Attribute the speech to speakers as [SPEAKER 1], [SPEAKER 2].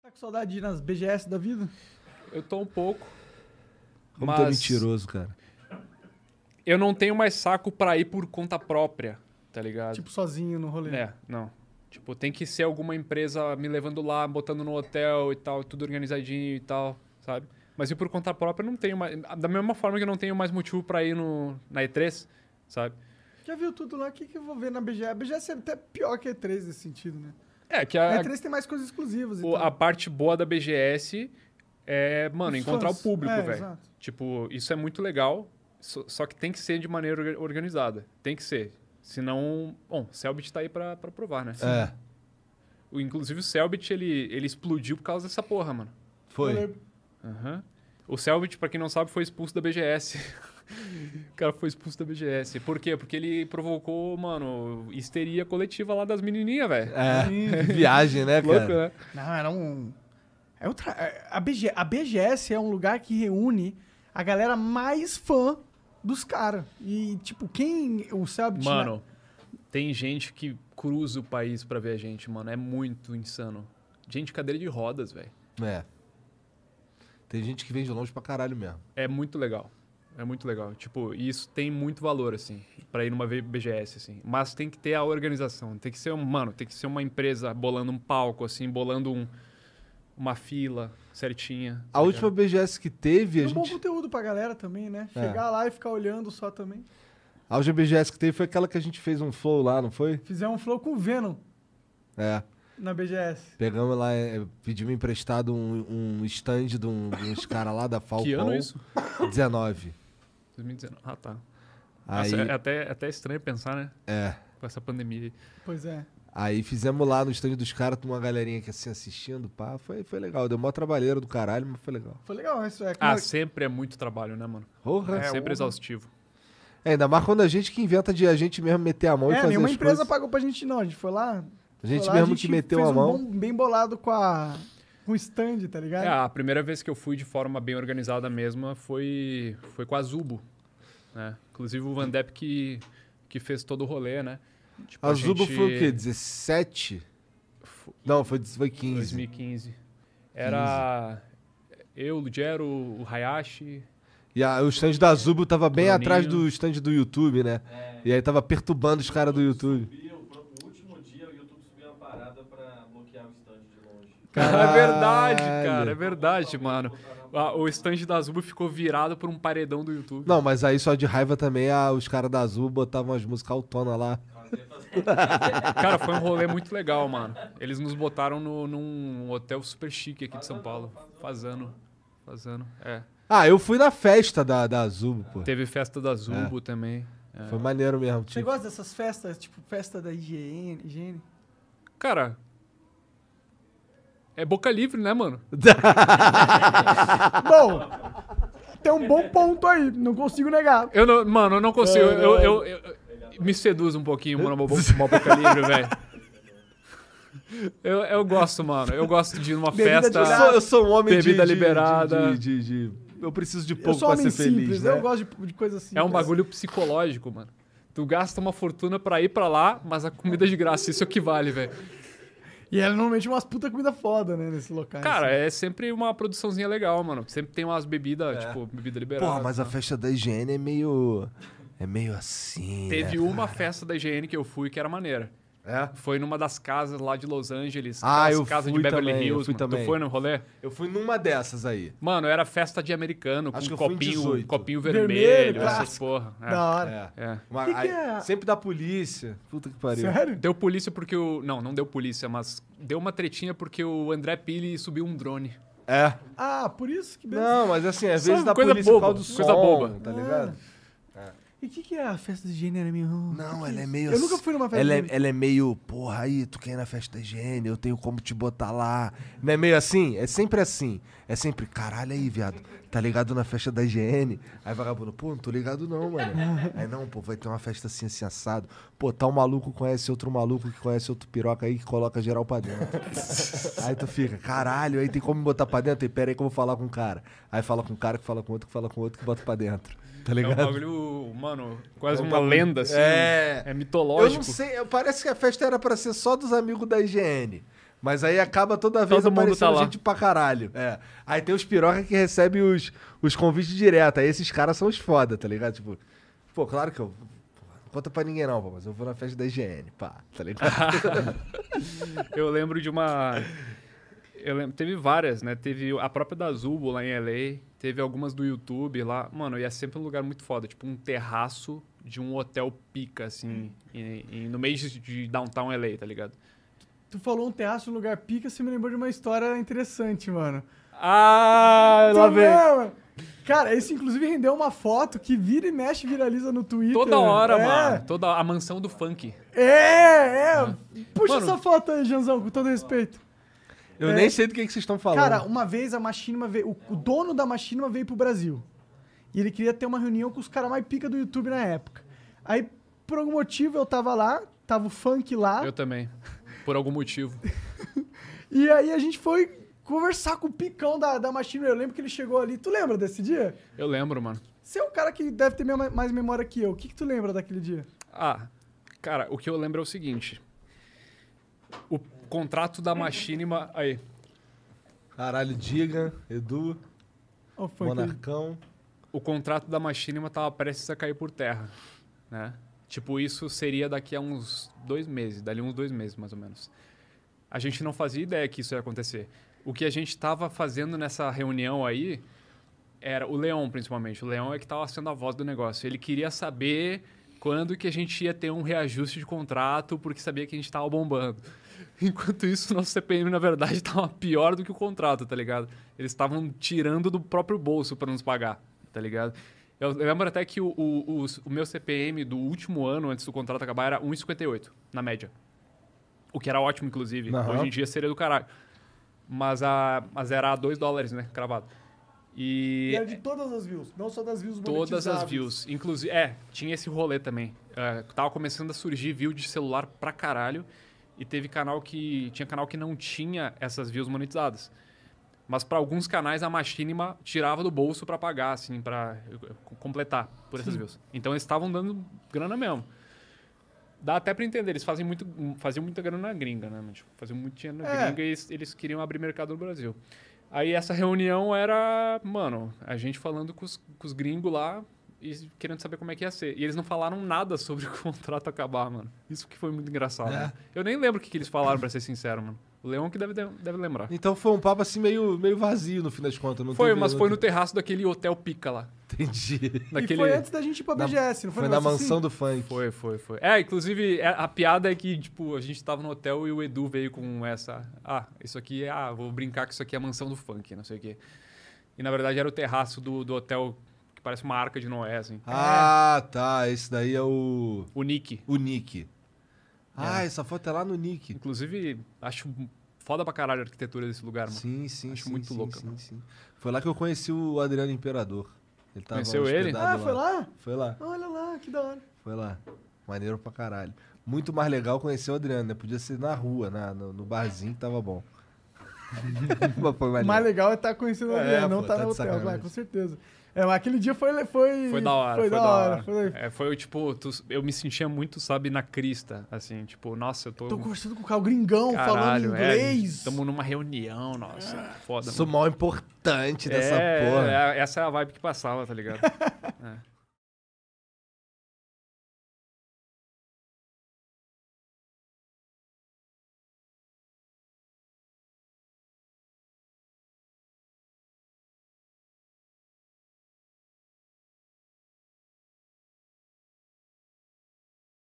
[SPEAKER 1] Tá com saudade de ir nas BGS da vida?
[SPEAKER 2] Eu tô um pouco.
[SPEAKER 3] Como tu é
[SPEAKER 2] mas
[SPEAKER 3] mentiroso, cara.
[SPEAKER 2] eu não tenho mais saco pra ir por conta própria, tá ligado?
[SPEAKER 1] Tipo, sozinho no rolê.
[SPEAKER 2] É, não. Tipo, tem que ser alguma empresa me levando lá, botando no hotel e tal, tudo organizadinho e tal, sabe? Mas ir por conta própria eu não tenho mais. Da mesma forma que eu não tenho mais motivo pra ir no, na E3, sabe?
[SPEAKER 1] Já viu tudo lá? O que, que eu vou ver na BGS? A BGS é até pior que a E3 nesse sentido, né?
[SPEAKER 2] É, que
[SPEAKER 1] A
[SPEAKER 2] a,
[SPEAKER 1] E3 tem mais coisas exclusivas e
[SPEAKER 2] o-
[SPEAKER 1] tal.
[SPEAKER 2] a parte boa da BGS é, mano,
[SPEAKER 1] Os
[SPEAKER 2] encontrar
[SPEAKER 1] fãs.
[SPEAKER 2] o público,
[SPEAKER 1] É,
[SPEAKER 2] velho.
[SPEAKER 1] exato.
[SPEAKER 2] Tipo, isso é muito legal, só, só que tem que ser de maneira orga- organizada. Tem que ser. Senão, bom, Selbit tá aí pra, pra provar, né?
[SPEAKER 3] É,
[SPEAKER 2] O- Inclusive o Selbit, ele, ele explodiu por causa dessa porra, mano.
[SPEAKER 3] foi.
[SPEAKER 2] Aham. O Selbit, pra quem não sabe, foi expulso da BGS. o cara foi expulso da BGS. Por quê? Porque ele provocou, mano, histeria coletiva lá das menininhas, velho.
[SPEAKER 3] É, que viagem, né,
[SPEAKER 2] Louco,
[SPEAKER 3] cara?
[SPEAKER 2] né?
[SPEAKER 1] Não, era um. É outra... A, BG... a BGS é um lugar que reúne a galera mais fã dos caras. E, tipo, quem o Selbit. né?
[SPEAKER 2] Mano, tem gente que cruza o país pra ver a gente, mano. É muito insano. Gente, de cadeira de rodas, velho.
[SPEAKER 3] É. Tem gente que vem de longe pra caralho mesmo.
[SPEAKER 2] É muito legal. É muito legal. Tipo, e isso tem muito valor, assim, pra ir numa V- BGS, assim. Mas tem que ter a organização. Tem que ser, um, mano, tem que ser uma empresa bolando um palco, assim, bolando um, uma fila certinha. tá
[SPEAKER 3] A última BGS que teve,
[SPEAKER 1] É
[SPEAKER 3] a
[SPEAKER 1] um bom
[SPEAKER 3] gente.
[SPEAKER 1] conteúdo pra galera também, né?
[SPEAKER 2] É.
[SPEAKER 1] Chegar lá e ficar olhando só também.
[SPEAKER 3] A última BGS que teve foi aquela que a gente fez um flow lá, não foi?
[SPEAKER 1] Fizeram um flow com o Venom
[SPEAKER 3] É.
[SPEAKER 1] na BGS.
[SPEAKER 3] Pegamos lá, é, pedimos emprestado um, um stand de, um, de uns caras lá da Falcon.
[SPEAKER 2] Que ano é isso?
[SPEAKER 3] 19.
[SPEAKER 2] 2019. Ah, tá.
[SPEAKER 3] Aí,
[SPEAKER 2] Nossa, é até, é até estranho pensar, né?
[SPEAKER 3] é.
[SPEAKER 2] Com essa pandemia aí.
[SPEAKER 1] Pois é.
[SPEAKER 3] Aí fizemos lá no stand dos caras, com uma galerinha que assim assistindo, pá. Foi, foi legal. Deu mó trabalheira do caralho, mas foi legal.
[SPEAKER 1] Foi legal isso. É,
[SPEAKER 2] Ah,
[SPEAKER 1] claro,
[SPEAKER 2] sempre é muito trabalho, né, mano?
[SPEAKER 3] Porra.
[SPEAKER 2] É sempre
[SPEAKER 1] honra.
[SPEAKER 2] exaustivo.
[SPEAKER 3] É, ainda mais quando a gente que inventa de a gente mesmo meter a mão e
[SPEAKER 1] é
[SPEAKER 3] fazer
[SPEAKER 1] nenhuma
[SPEAKER 3] as
[SPEAKER 1] empresa
[SPEAKER 3] coisas.
[SPEAKER 1] pagou pra gente, não. A gente foi lá.
[SPEAKER 3] A gente
[SPEAKER 1] foi lá,
[SPEAKER 3] mesmo que meteu
[SPEAKER 1] fez
[SPEAKER 3] a
[SPEAKER 1] um
[SPEAKER 3] mão.
[SPEAKER 1] bom- bem bolado com a. Com o stand, tá ligado?
[SPEAKER 2] É, a primeira vez que eu fui de forma bem organizada mesma foi, foi com a Zubo. Né? Inclusive o Van Depp que, que fez todo o rolê, né? Tipo,
[SPEAKER 3] A Zubo
[SPEAKER 2] gente-
[SPEAKER 3] foi o quê? 17?
[SPEAKER 2] Fo-
[SPEAKER 3] Não, foi, foi 15.
[SPEAKER 2] 2015. Era eu, o Jero, o Hayashi.
[SPEAKER 3] E a- o stand da Zubo tava bem
[SPEAKER 2] Bruninho.
[SPEAKER 3] atrás do stand do YouTube, né?
[SPEAKER 1] É.
[SPEAKER 3] E aí tava perturbando os caras do YouTube.
[SPEAKER 4] Subia, o pro- o último dia o YouTube subiu uma parada pra bloquear o stand de longe.
[SPEAKER 2] Cara, é verdade,
[SPEAKER 3] Caralho.
[SPEAKER 2] cara, é verdade, mano. Ah, O stand da Zubo ficou virado por um paredão do YouTube.
[SPEAKER 3] Não, mas aí só de raiva também a- os caras da Zubo botavam as músicas autona lá.
[SPEAKER 2] Cara, foi um rolê muito legal, mano. Eles nos botaram no, num hotel super chique aqui de São Paulo. Fazano. Fazano, é.
[SPEAKER 3] Ah, eu fui na festa da, da Zubo, pô.
[SPEAKER 2] Teve festa da Zubo também. É.
[SPEAKER 3] Foi maneiro mesmo.
[SPEAKER 1] Você
[SPEAKER 3] Tipo,
[SPEAKER 1] gosta dessas festas, tipo festa da higiene? higiene?
[SPEAKER 2] Cara. É boca livre, né, mano?
[SPEAKER 1] Bom, tem um bom ponto aí, não consigo negar.
[SPEAKER 3] Um
[SPEAKER 2] Eu não, mano, eu não consigo. Eu, eu, eu- eu- me seduz um pouquinho, mano, uma bo- uma boca livre, velho. Eu, eu gosto, mano. Eu gosto de ir numa
[SPEAKER 1] Bebida de
[SPEAKER 3] eu,
[SPEAKER 1] graça.
[SPEAKER 2] festa.
[SPEAKER 3] sou, eu sou um homem de-
[SPEAKER 2] Bebida
[SPEAKER 3] de, de-
[SPEAKER 2] liberada.
[SPEAKER 3] De, de- de- eu preciso de
[SPEAKER 1] Eu
[SPEAKER 3] pouco
[SPEAKER 1] sou
[SPEAKER 3] pra
[SPEAKER 1] homem
[SPEAKER 3] ser feliz,
[SPEAKER 1] simples,
[SPEAKER 3] né?
[SPEAKER 1] eu gosto de, de coisa assim.
[SPEAKER 2] É um bagulho psicológico, mano. Tu gasta uma fortuna pra ir pra lá, mas a comida é de graça. Isso é o que vale, velho.
[SPEAKER 1] E era normalmente umas puta comida foda, né, nesse local.
[SPEAKER 2] Cara, é sempre uma produçãozinha legal, mano. Sempre tem umas bebidas, tipo, bebida liberada.
[SPEAKER 3] Porra, mas a
[SPEAKER 2] tá?
[SPEAKER 3] festa da higiene é meio. É meio assim.
[SPEAKER 2] Teve
[SPEAKER 3] né?
[SPEAKER 2] uma festa da IGN que eu fui que era maneira.
[SPEAKER 3] É?
[SPEAKER 2] Foi numa das casas lá de Los Angeles.
[SPEAKER 3] Ah,
[SPEAKER 2] aquelas
[SPEAKER 3] eu
[SPEAKER 2] casas
[SPEAKER 3] fui
[SPEAKER 2] de Beverly
[SPEAKER 3] também, eu
[SPEAKER 2] Hills.
[SPEAKER 3] fui
[SPEAKER 2] mano.
[SPEAKER 3] também.
[SPEAKER 2] Tu foi no rolê?
[SPEAKER 3] Eu fui numa dessas aí.
[SPEAKER 2] Mano, era festa de americano, com
[SPEAKER 3] Acho que eu fui em
[SPEAKER 2] copinho,
[SPEAKER 3] 18.
[SPEAKER 2] copinho vermelho,
[SPEAKER 1] Vermelho,
[SPEAKER 2] essas
[SPEAKER 1] clássico.
[SPEAKER 2] porra. É,
[SPEAKER 1] Da hora.
[SPEAKER 3] É.
[SPEAKER 2] é.
[SPEAKER 3] Uma-
[SPEAKER 1] Que que
[SPEAKER 3] aí-
[SPEAKER 1] é?
[SPEAKER 3] Sempre da polícia. Puta que pariu.
[SPEAKER 1] Sério?
[SPEAKER 2] Deu polícia porque o. Não, não deu polícia, mas deu uma tretinha porque o André Pili subiu um drone.
[SPEAKER 3] É.
[SPEAKER 1] Ah, por isso que beleza.
[SPEAKER 3] Não, mas assim, às
[SPEAKER 2] Só
[SPEAKER 3] vezes da
[SPEAKER 2] coisa
[SPEAKER 3] polícia por causa
[SPEAKER 2] boba,
[SPEAKER 3] do som,
[SPEAKER 2] coisa boba.
[SPEAKER 3] tá ligado?
[SPEAKER 1] E o que, que é a festa de higiene? Era meio...
[SPEAKER 3] Não, ela é meio.
[SPEAKER 1] Eu nunca fui numa festa
[SPEAKER 3] Ela é,
[SPEAKER 1] de higiene.
[SPEAKER 3] ela é meio, porra, aí, tu quer ir na festa da higiene, eu tenho como te botar lá. Não é meio assim? É sempre assim. É sempre, caralho aí, viado, tá ligado na festa da higiene? Aí vagabundo, pô, não tô ligado não, mano. Aí não, pô, vai ter uma festa assim, assim, assado. Pô, tá um maluco conhece outro maluco que conhece outro piroca aí que coloca geral pra dentro. aí tu fica, caralho, aí tem como me botar pra dentro? E pera aí que eu vou falar com o cara. Aí fala com o cara, que fala com outro, que fala com outro, que bota pra dentro. Tá
[SPEAKER 2] É um
[SPEAKER 3] ligado?
[SPEAKER 2] bagulho, mano, quase
[SPEAKER 3] É um
[SPEAKER 2] uma
[SPEAKER 3] bagulho-
[SPEAKER 2] lenda, assim. É
[SPEAKER 3] É. Eu não
[SPEAKER 2] mitológico.
[SPEAKER 3] sei, eu- parece que a festa era pra ser só dos amigos da IGN. Mas aí acaba toda vez
[SPEAKER 2] Todo mundo
[SPEAKER 3] aparecendo
[SPEAKER 2] tá lá.
[SPEAKER 3] gente pra caralho. É. Aí tem os piroca que recebe os, os convites direto. Aí esses caras são os foda, tá ligado? Tipo, pô, claro que eu. pô, Não conta pra ninguém não, pô, mas eu vou na festa da IGN, pá, tá ligado?
[SPEAKER 2] Eu lembro de uma. Eu lembro, teve várias, né? Teve a própria da Zubo lá em LA, teve algumas do YouTube lá. Mano, e é sempre um lugar muito foda, tipo um terraço de um hotel pica, assim, em- em- no meio de- de downtown LA, tá ligado?
[SPEAKER 1] Tu falou um terraço, um lugar pica, você me lembrou de uma história interessante, mano.
[SPEAKER 2] Ah,
[SPEAKER 1] Tu
[SPEAKER 2] lá vem.
[SPEAKER 1] lembra, Então, mano? Cara, esse inclusive rendeu uma foto que vira e mexe viraliza no Twitter.
[SPEAKER 2] Toda hora,
[SPEAKER 1] é,
[SPEAKER 2] mano. Toda a mansão do funk.
[SPEAKER 1] É, é. Puxa
[SPEAKER 2] Mano-
[SPEAKER 1] essa foto aí, Janzão, com todo respeito.
[SPEAKER 3] Eu
[SPEAKER 1] É.
[SPEAKER 3] nem sei do que, que vocês estão falando.
[SPEAKER 1] Cara, uma vez a Machinima veio. O, o dono da Machinima veio pro Brasil. E ele queria ter uma reunião com os caras mais pica do YouTube na época. Aí, por algum motivo, eu tava lá, tava o funk lá.
[SPEAKER 2] Eu também. Por algum motivo.
[SPEAKER 1] E aí a gente foi conversar com o picão da, da Machinima. Eu lembro que ele chegou ali. Tu lembra desse dia?
[SPEAKER 2] Eu lembro, mano.
[SPEAKER 1] Você é um cara que deve ter me- mais memória que eu. O que, que tu lembra daquele dia?
[SPEAKER 2] Ah, cara, o que eu lembro é o seguinte. O contrato da Machinima. Aí. um-
[SPEAKER 3] Caralho, Diga, Edu,
[SPEAKER 1] Ó, o funk.
[SPEAKER 3] Monarcão.
[SPEAKER 2] o contrato da Machinima tava prestes a cair por terra, né? Tipo, isso seria daqui a uns dois meses, dali uns dois meses, mais ou menos. A gente não fazia ideia que isso ia acontecer. O que a gente tava fazendo nessa reunião aí era o Leão, principalmente. O Leão é que tava sendo a voz do negócio. Ele queria saber quando que a gente ia ter um reajuste de contrato, porque sabia que a gente tava bombando. Enquanto isso, nosso CPM, na verdade, tava pior do que o contrato, tá ligado? Eles estavam tirando do próprio bolso para nos pagar, tá ligado? Eu lembro até que o, o, o, o meu CPM do último ano, antes do contrato acabar, era 1,58, na média. O que era ótimo, inclusive.
[SPEAKER 3] Aham.
[SPEAKER 2] Hoje em dia seria do caralho. Mas, a, mas era a 2 dólares, né? Cravado. E
[SPEAKER 1] E era É de todas as views, não só das views
[SPEAKER 2] Todas as
[SPEAKER 1] monetizáveis.
[SPEAKER 2] views. Inclusive, é, tinha esse rolê também. É, tava começando a surgir view de celular pra caralho. E teve canal que. Tinha canal que não tinha essas views monetizadas. Mas pra alguns canais a Machinima tirava do bolso pra pagar, assim, pra eh, completar por essas views. Então eles estavam dando grana mesmo. Dá até pra entender, eles fazem muito, hum, faziam muita grana na gringa, né? mano? Tipo, faziam muito dinheiro na
[SPEAKER 1] É.
[SPEAKER 2] gringa e eles, eles queriam abrir mercado no Brasil. Aí essa reunião era, mano, a gente falando com os, com os gringos lá e querendo saber como é que ia ser. E eles não falaram nada sobre o contrato acabar, mano. Isso que foi muito engraçado. né? Eu nem lembro o que, que eles falaram, pra ser sincero, mano. O Leão que deve, deve lembrar.
[SPEAKER 3] Então foi um papo assim meio, meio vazio no fim das contas. Não
[SPEAKER 2] Foi,
[SPEAKER 3] teve-
[SPEAKER 2] mas
[SPEAKER 3] não
[SPEAKER 2] foi no terraço daquele hotel pica lá.
[SPEAKER 3] teve- Entendi.
[SPEAKER 2] Daquele...
[SPEAKER 1] E foi antes da gente ir pra
[SPEAKER 3] Na-
[SPEAKER 1] BGS, não foi?
[SPEAKER 3] Foi
[SPEAKER 1] um
[SPEAKER 3] na
[SPEAKER 1] negócio
[SPEAKER 3] mansão do funk.
[SPEAKER 2] assim? Foi, foi, foi. É, inclusive, é- a piada é que, tipo, a gente tava no hotel e o Edu veio com essa. Ah, isso aqui é. Ah, vou brincar que isso aqui é a mansão do funk, não sei o quê. E na verdade era o terraço do, do hotel que parece uma arca de Noé, assim.
[SPEAKER 3] Ah, tá. Esse daí é o.
[SPEAKER 2] O Nick.
[SPEAKER 3] O
[SPEAKER 2] É.
[SPEAKER 3] Nick. Ah, essa foto é lá no Nick.
[SPEAKER 2] Inclusive, acho foda pra caralho a arquitetura desse lugar, mano.
[SPEAKER 3] Sim, sim,
[SPEAKER 2] Então, Acho
[SPEAKER 3] sim,
[SPEAKER 2] muito
[SPEAKER 3] sim,
[SPEAKER 2] louca,
[SPEAKER 3] sim,
[SPEAKER 2] mano.
[SPEAKER 3] sim. Foi lá que eu conheci o Adriano Imperador. Ele tava
[SPEAKER 2] Conheceu
[SPEAKER 1] assim.
[SPEAKER 2] ele?
[SPEAKER 3] hospedado
[SPEAKER 1] Ah, foi lá?
[SPEAKER 3] Foi lá,
[SPEAKER 1] Olha lá, que da hora.
[SPEAKER 3] foi lá. Maneiro pra caralho. Muito mais legal conhecer o Adriano, né? Podia ser na rua, na, no, no barzinho que tava bom. Mas foi
[SPEAKER 1] O
[SPEAKER 3] maneiro.
[SPEAKER 1] mais legal é estar conhecendo a
[SPEAKER 3] É,
[SPEAKER 1] Adriana, não
[SPEAKER 3] pô,
[SPEAKER 1] tá, no
[SPEAKER 3] tá de
[SPEAKER 1] hotel,
[SPEAKER 3] sacanagem.
[SPEAKER 1] claro, com certeza. É, mas aquele dia foi. Foi,
[SPEAKER 2] Foi da hora,
[SPEAKER 1] Foi, da hora. foi-
[SPEAKER 2] É, foi tipo, tu- eu me sentia muito, sabe, na crista, assim, tipo, nossa, eu tô.
[SPEAKER 1] Tô conversando com o cara, o gringão, falando inglês.
[SPEAKER 2] Estamos é, numa reunião, nossa. Foda,
[SPEAKER 3] Ah, Sou
[SPEAKER 2] mano.
[SPEAKER 3] mal importante dessa
[SPEAKER 2] é,
[SPEAKER 3] porra.
[SPEAKER 2] é, essa é a vibe que passava, tá ligado? É.